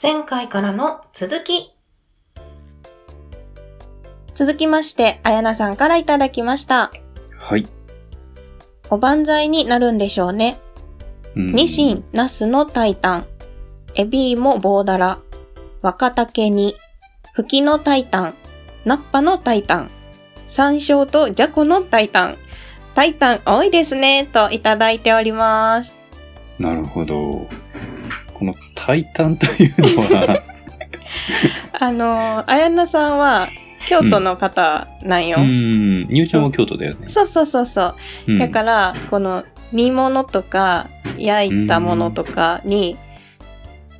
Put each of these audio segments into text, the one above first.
前回からの続き。続きまして、あやなさんからいただきました。はい。おばんざいになるんでしょうね。うんニシン、ナスのタイタン。エビも棒だら。若竹に。フキのタイタン。ナッパのタイタン。山椒とジャコのタイタン。タイタン多いですね、といただいております。なるほど。このタイタンというの は、あのー、あやなさんは京都の方なんよ。うん、入庁も京都だよね。そうそうそうそう。うんだから、この煮物とか焼いたものとかに、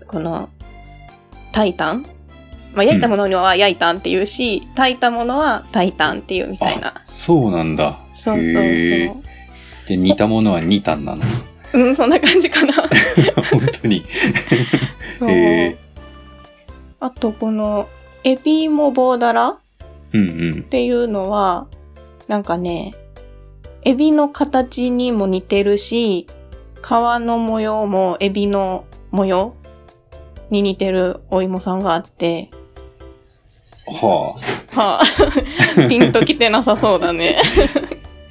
このタイタンまあ、焼いたものには焼いたんっていうし、炊いたものは炊いたんっていうみたいな。そうなんだ。そうそうへーそで、似たものはニタンな の。う。うん、そんな感じか な。本当に。そうへーあと、この、エビも棒だらっうんうん。ていうのは、なんかね、エビの形にも似てるし、皮の模様もエビの模様に似てるお芋さんがあって、はあ。はあ、ピンときてなさそうだね。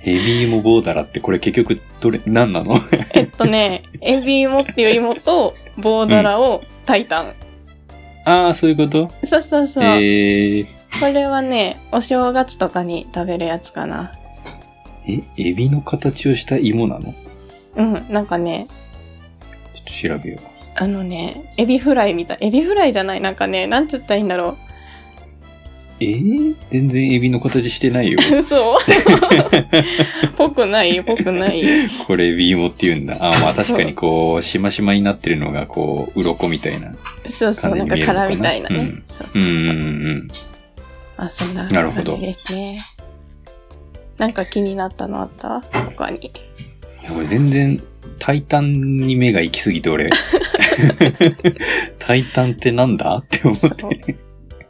エビも棒だらってこれ結局どれ、何なの えっとね、エビ芋っていう芋と棒だらを炊いたん。ああ、そういうことそうそうそう。えー、これはね、お正月とかに食べるやつかな。え、エビの形をした芋なのちょうん、なんかね、っと調べよう。あのね、エビフライみたい。エビフライじゃないなんかね、なんて言ったらいいんだろえー、全然エビの形してない よ。う。そうぽくないぽくない。これエビ芋って言うんだ。あーまあ確かにこう、しましまになってるのがこう、鱗みたいな。そうそう、なんか殻みたいなね。うんそううそうそう。んうんうん。あ、そんななるほ感どじですね。なんか気になったのあった他に。いや俺全然、タイタンに目が行きすぎて俺。タイタンってなんだって思っそうて。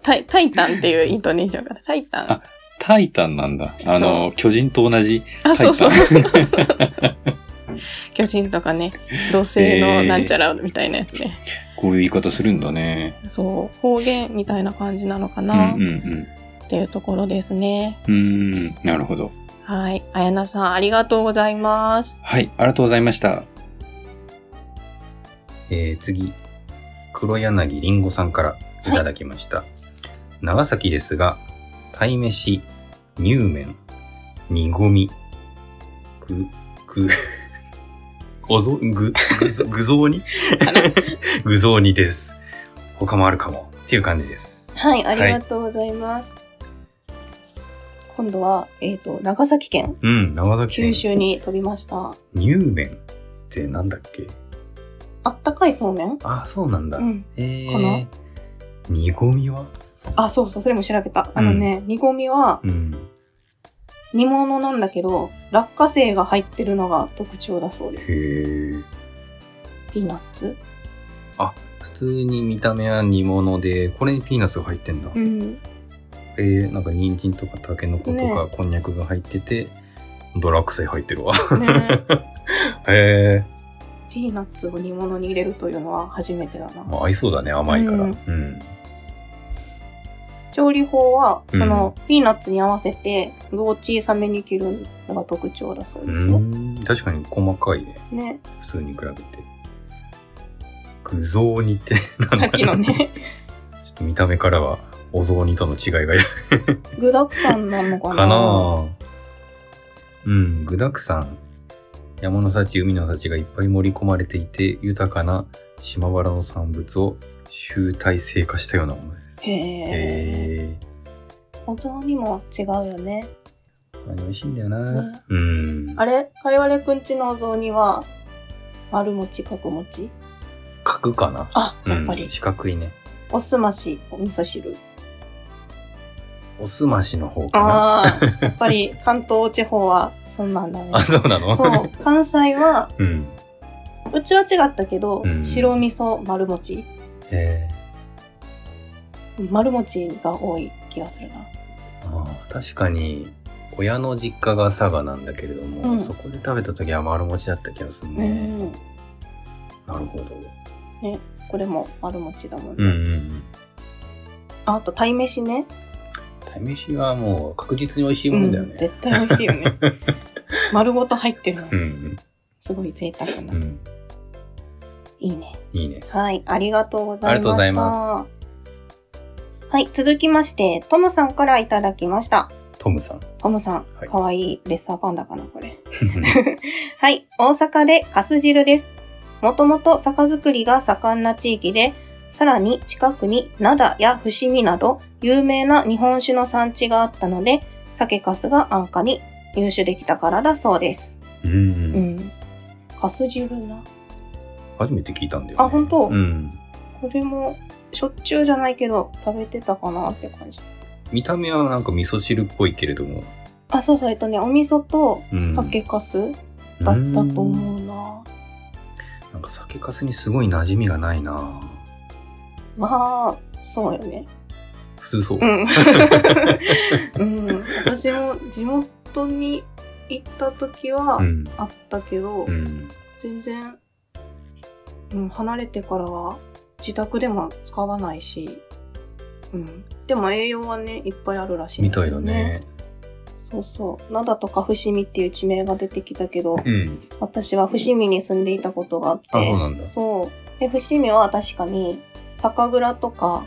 タイタイタンっていうイントネーションから。タイタン。あタイタンなんだ。あの、巨人と同じ。あ、そうそうタ。 巨人とかね、土星えのーなんちゃらみたいなやつね。こういう言い方するんだね。そう、方言みたいな感じなのかうんな、うんっていうところですね。うん。うーん、なるほど。はい。あやなさん、ありがとうございます。はい、ありがとうございました。えー次、黒柳りんごさんからいただきました。長崎ですが、鯛めし、乳麺、煮込み、く、く、おぞ、ぐ、ぐぞ、ぐぞ うにぐぞうにです。他もあるかも。っていう感じです。はい、あいりがとうございます。今度は、えっ、と、長崎県、うん、長崎九県。州に飛びました。乳麺ってなんだっけあったかいそうめんあ、そうなんだ。うん。えかなー、煮込みはあ、そうそう、それも調べた。あのね、煮込みはうん。煮物なんだけど、落花生が入ってるのが特徴だそうでへす。ー。ピーナッツ。普通に見た目は煮物でこれにピーナッツが入ってんだ、うん。えー、なんか人参とかタケノコとか、こんにゃくが入っててドラクセ入ってるわね へえ ピーナッツを煮物に入れるというのは初めてだな。まあ合いそうだね甘いからううんん、調理法は、うんその、ピーナッツに合わせて、具を小さめに切るのが特徴だそううですよ。ん、確かに細かいねね。普通に比べて具雑煮って なんださっきのね、ちょっと見た目からはお雑煮との違いが具沢山なのかなかなあうん、具沢山。山の幸、海の幸がいっぱい盛り込まれていて、豊かな島原の産物を集大成化したようなものです。へえ。へえ。お雑煮も違うよね。あれ美味しいんだよねな。うん。あれれかいわれくんちのお雑煮は、丸餅、角餅角かなあ、やっぱり。うん四角いね。おすまし、お味噌汁。おすましの方かな。ああ、やっぱり 関東地方はそんなんだねあ、。そうなのそう、関西は、う。ん。うちは違ったけど、うん白味噌丸餅。へえ。丸餅が多い気がするな。ああ確かに、親の実家が佐賀なんだけれども、うんそこで食べた時は丸餅だった気がするうね。ん。なるほど。ね、これも丸餅だもんね。うんうんうん。ああと、鯛めしね。鯛めしはもう確実に美味しいものだようん、ね。絶対美味しいよ ね。丸ごと入ってるのう。んすごい贅沢うな。ん。うん。いいね。いいね。はい、ありがとうございました。ありがとうございまはい、続きまして、トムさんからいただきました。トム さん。トムさん、はいかわいいレッサーパンダかな、これ。はい、大阪でカス汁です。もともと酒造りが盛んな地域で、さらに近くに灘や伏見など有名な日本酒の産地があったので、酒粕が安価に入手できたからだそうです。うんう。うんん。カス汁な。初めて聞いたんだよね。あ本当うん。これもしょっちゅうじゃないけど食べてたかなって感じ。見た目はなんか味噌汁っぽいけれども。あ、そうそう、えっとね、お味噌とうん酒粕だったと思うな。うん。なんか酒粕にすごい馴染みがないなまあ、そうよね。普通そう。 うん、うん、私も地元に行った時はうん。あったけど、うん。全然、うん、離れてからは自宅でも使わないし、うん、でも栄養はねいっぱいあるらしいんみだたいけどだね。そうそう灘とか伏見っていう地名が出てきたけど、うん。私は伏見に住んでいたことがあってあ、そうなんだ。そうで伏見は確かに酒蔵とか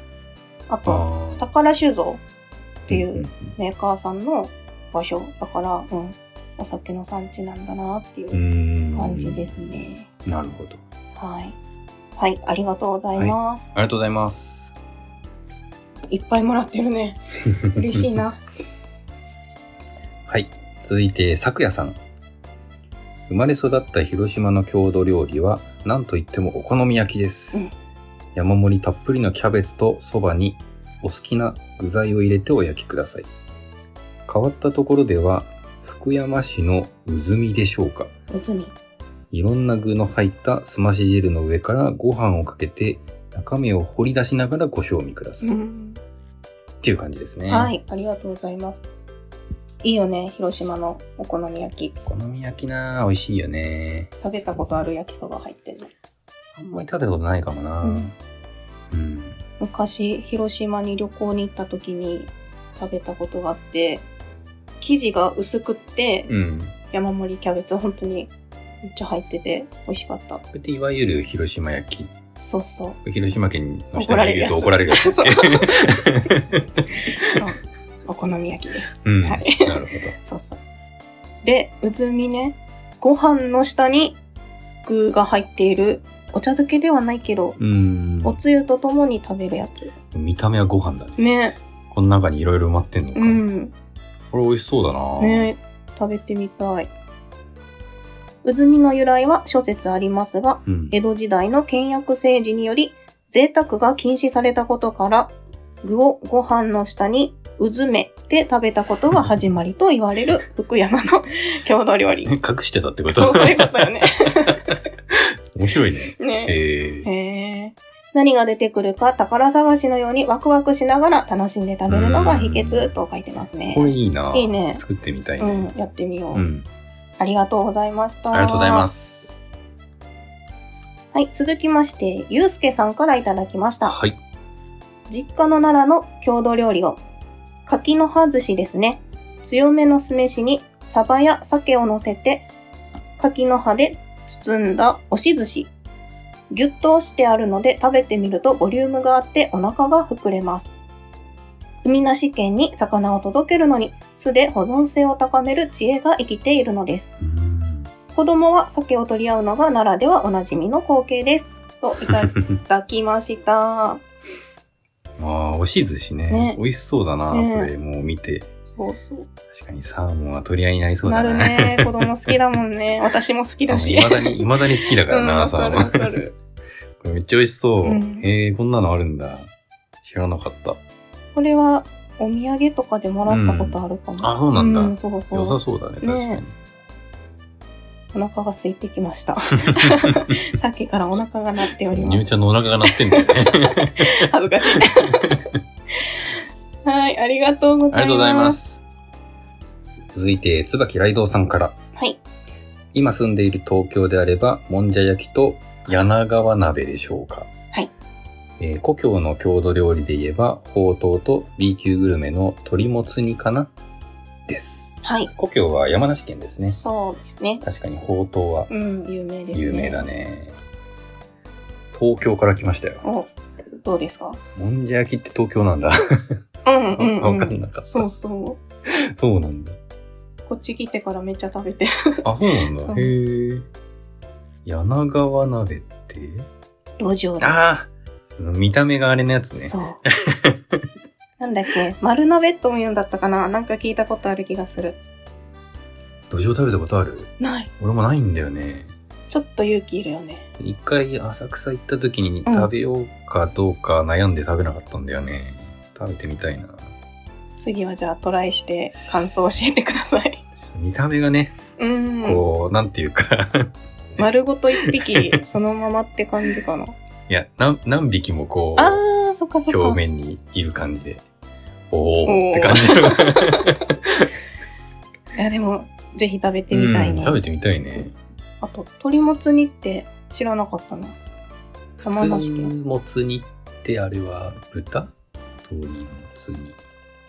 あとあー宝酒造っていんうんメーカーさんの場所だから、うん、お酒の産地なんだなっていううーん感じですね。なるほど。はい。はい、ありがとうございます。ありがとうございます。い、っぱいもらってるね。 嬉しい。な。はい。続いて、咲夜さん。生まれ育った広島の郷土料理は、なんといってもお好み焼きです。うん山盛りたっぷりのキャベツとそばに、お好きな具材を入れてお焼きください。変わったところでは、福山市のうずみでしょうか。うつみ。いろんな具の入ったすまし汁の上からご飯をかけて、中身を掘り出しながらご賞味ください。っていう感じですね。はい、ありがとうございます。いいよね、広島のお好み焼き。お好み焼きなぁ、美味しいよね。食べたことある焼きそば入ってるね。あんまり食べたことないかもな。ううんん。昔、広島に旅行に行った時に食べたことがあって、生地が薄くって、うん。こ山盛りキャベツ本当にめっちゃ入ってて美味しかったれっていわゆる広島焼そう そうき。広島県の怒人らにれる言うやつと怒られるやつ ですね。そうお好み焼きです、うん。はないるほそうそうでうずみねご飯の下に具が入っているお茶漬けではないけどど。うん。おつゆとともに食べるやつ見た目はご飯だね。ねこの中にいろいろ埋まってんのか。うんこれ美味しそうだな。ね食べてみたいうずみの由来は諸説ありますがうん。江戸時代の倹約政治により贅沢が禁止されたことから具をご飯の下にうずめて食べたことが始まりと言われる福山の郷土 料理。隠してたってことそう、そういうことよね。面白いね。ねえへえ。何が出てくるか宝探しのようにワクワクしながら楽しんで食べるのが秘訣と書いてますー。ねこ。れいいな。いいね作ってみたいうねん。、やってみよう。うん。ありがとうございました。ありがとうございま。す。はい、続きまして、ゆうすけさんからいただきました。はい。実家の奈良の郷土料理を。柿の葉寿司ですね。強めの酢飯にサバや鮭を乗せて、柿の葉で包んだ押し寿司。ぎゅっと押してあるので食べてみるとボリュームがあってお腹が膨れます。海なし県に魚を届けるのに酢で保存性を高める知恵が生きているのです。うん子供は鮭を取り合うのが奈良ではおなじみの光景です。といただきました。ああ、おし寿司ね。ね美味しそうだな、ねこれ。もう見て。 そうそう。確かにサーモンは取り合いになりそうなだるな。ね。子供好きだもん ね。私も好きだし。いまだに、いまだに好きだかうらん、な、わサかーるモわン。かる。これめっちゃ美味しそう。うんえー、こんなのあるんだ。知らなかった。これはお土産とかでもらったことあるかも。あ、そうなんだ。うんそう良さそそうだね、確かに。ねう。お腹が空いてきま した。さっきからお腹が鳴っておりまニューすち。ゃんのお腹が鳴ってんだよね。恥ずかし い。はい、ありがとうごありざがいます。とうございま。す。続いて、椿雷道さんから。はい。今住んでいる東京であれば、もんじゃ焼きと柳川鍋でしょうか。はい。えー故郷の郷土料理で言えば、ほうとうと B 級グルメの鶏もつ煮かなです。はい。故郷は山梨県ですね。そうですね。確かにほうとうはうん、有名ですね。有名だね。東京から来ましたよ。お、どうですかもんじゃ焼きって東京なんだ。うんうわんうかんん。なかった。そうそう。そうなんだ。こっち来てからめっちゃ食べて。あ、そうなんだそ。うへえ。柳川鍋って路上です。ああ見た目があれのやつね。そう。なんだっ け丸鍋とも言うんだったかななんか聞いたことある気がする。土壌食べたことあるない。俺もないんだよね。ちょっと勇気いるよね。一回浅草行った時にうん食べようかどうか悩んで食べなかったんだよね。食べてみたいな。次はじゃあトライして感想を教えてください。見た目がね、 うん。こう、なんていうか。 丸ごと一匹そのままって感じかな。いや、なん何匹もこ う。あー、そっかそっか。表面にいる感じで、おおーーって感じ。いやでも、ぜひ食べてみたいね。うん食べてみたいね。あと、鳥もつ煮って知らなかったな。山梨普県。通もつ煮ってあれは豚鶏もつ煮。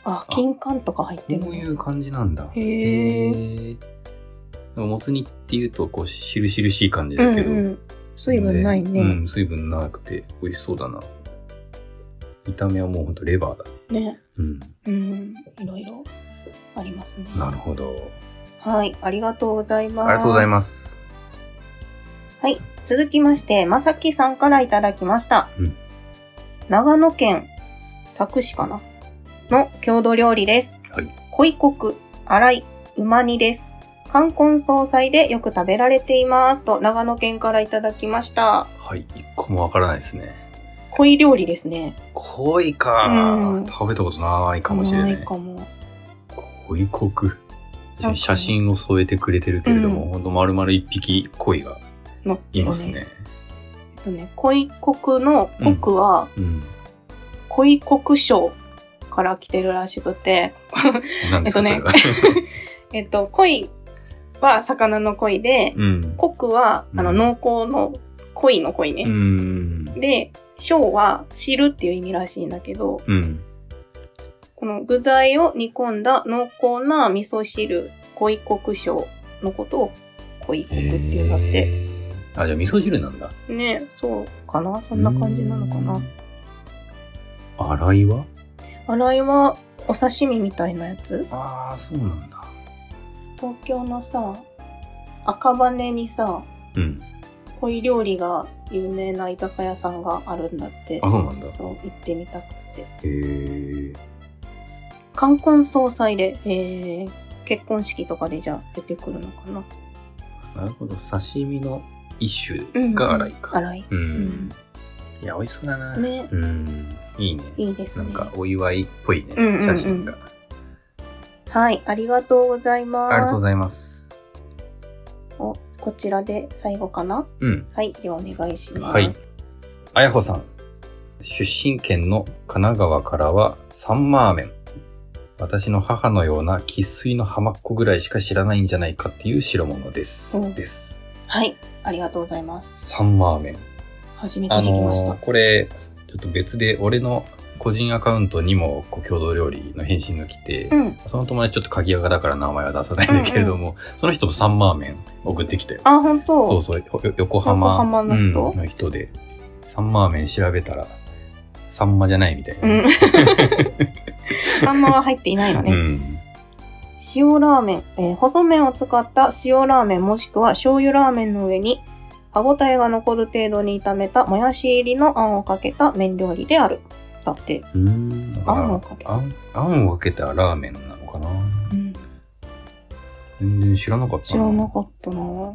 あ、金柑とか入ってるこういね。う感じなんだ。へーへー。でももつ煮っていうと、こう、しるしるしい感じだけど。うんうん。水分ないでね。うん、水分なくて、美味しそうだな。見た目はもうほんとレバーだ。ね。うん。うん。いろいろありますね。なるほど。はい。ありがとうございます。ありがとうございまます。す。続きまして、まさきさんからいただきました。うん長野県佐久市かなの郷土料理です。はい。恋国、洗い、うま煮です。冠婚葬祭でよく食べられています。と、長野県からいただきました。はい、一個もわからないですね。恋料理ですね。恋か、うん食べたことないかもしれないいかも。恋国なんか写真を添えてくれてるけれども、うんほんと丸々一匹恋が乗っているます。ね、えっとね、恋国の国は、うん、恋国賞から来てるらしくて、なんですか、えっとそれはえっと、恋は魚の恋で、 うん国はあのうん濃厚の恋の恋うね。んで、賞は知るっていう意味らしいんだけど、うんこの具材を煮込んだ濃厚な味噌汁、恋国賞のことを恋国っていうんだって。へーあじゃあ味噌汁なんだね、そうかなそんな感じなのかな。うん洗いは洗いはお刺身みたいなやつああそうなんだ東京のさ、赤羽にさ、うん恋料理が有名な居酒屋さんがあるんだってあ。そうなんだへそう、行ってみたくて。え冠婚葬祭で、えー、結婚式とかでじゃあ出てくるのかな。なるほど刺身の一種が洗いか、洗い。うんんいや美味しそうだな、ねうんいいねいいですなね。んかお祝いっぽいね、うんうんうん写真が。はい、ありがとうございます。ありがとうございます。おこちらで最後かなうん。はい、ではお願いします。はいあやほさん。出身県の神奈川からはサンマーメン。私の母のような生粋の浜っ子ぐらいしか知らないんじゃないかっていう代物です。うんです。はい、ありがとうございます。サンマーメン。初めてあ聞きのました。ーこれ、ちょっと別で俺の個人アカウントにもこう郷土料理の返信が来て、うん。その友達ちょっと鍵垢だから名前は出さないんだけれども、その人もサンマーメン送ってきたよ。あ、本当そうそう、よ横浜横浜の人うんの人で、サンマーメン調べたら、サンマじゃないみたいな。うん。 サンマは入っていないのね。うん塩ラーメン、えー細麺を使った塩ラーメンもしくは醤油ラーメンの上に歯ごたえが残る程度に炒めたもやし入りのあんをかけた麺料理である。だって、うん。だからあんをかけたあんあんをかけたらラーメンなのかな全然知らなかった知らなかったな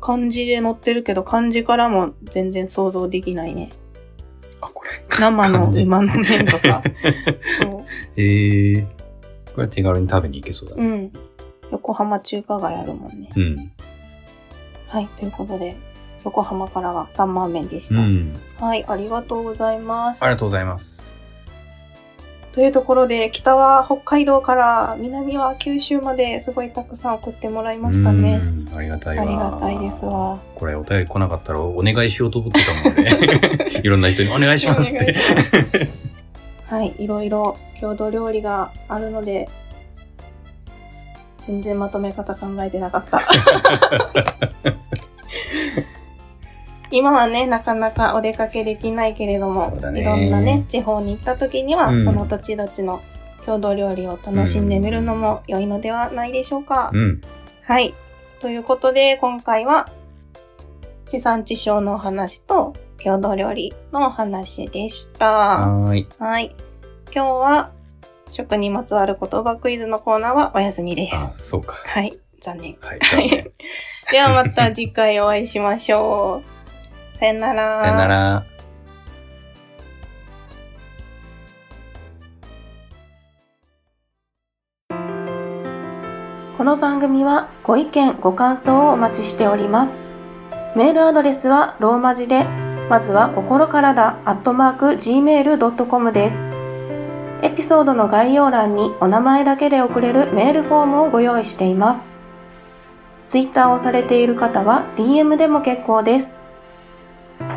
漢字で載ってるけど漢字からも全然想像できないね。あ、これ。生の漢字馬の麺と か。そええー。これは手軽に食べに行けそうだう。ね。うん。横浜中華街あるもんね。うん。はい。ということで、横浜からは3万麺でしうた。ん。はい。ありがとうございますあり。がとうございます。というところで、北は北海道から南は九州まですごいたくさん送ってもらいましたね。うんありがたいわ。ありがたいですわ。これお便り来なかったらお願いしようと思ってたもんね。 いろんな人にお願いしますっお願いて。します はい、いろいろ郷土料理があるので、全然まとめ方考えてなかっ た。今はね、なかなかお出かけできないけれどもそう、だねいろんなね、地方に行った時には、うんその土地土地の郷土料理を楽しんでみるのも良いのではないでしょうか。うん。はい。ということで、今回は、地産地消のお話と、郷土料理のお話でした。はーい。はい。今日は、食にまつわる言葉クイズのコーナーはお休みです。あ、そうか。はい。残念。はい。じゃあね。ではまた次回お会いしましょう。さよなら。さよなら。この番組はご意見、ご感想をお待ちしております。メールアドレスはローマ字で、まずは心からだ、アットマーク、gmail.com です。エピソードの概要欄にお名前だけで送れるメールフォームをご用意しています。ツイッターをされている方は DM でも結構です。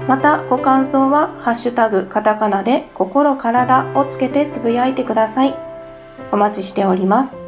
また、ご感想は、ハッシュタグ、カタカナで、心からだをつけてつぶやいてください。お待ちしております。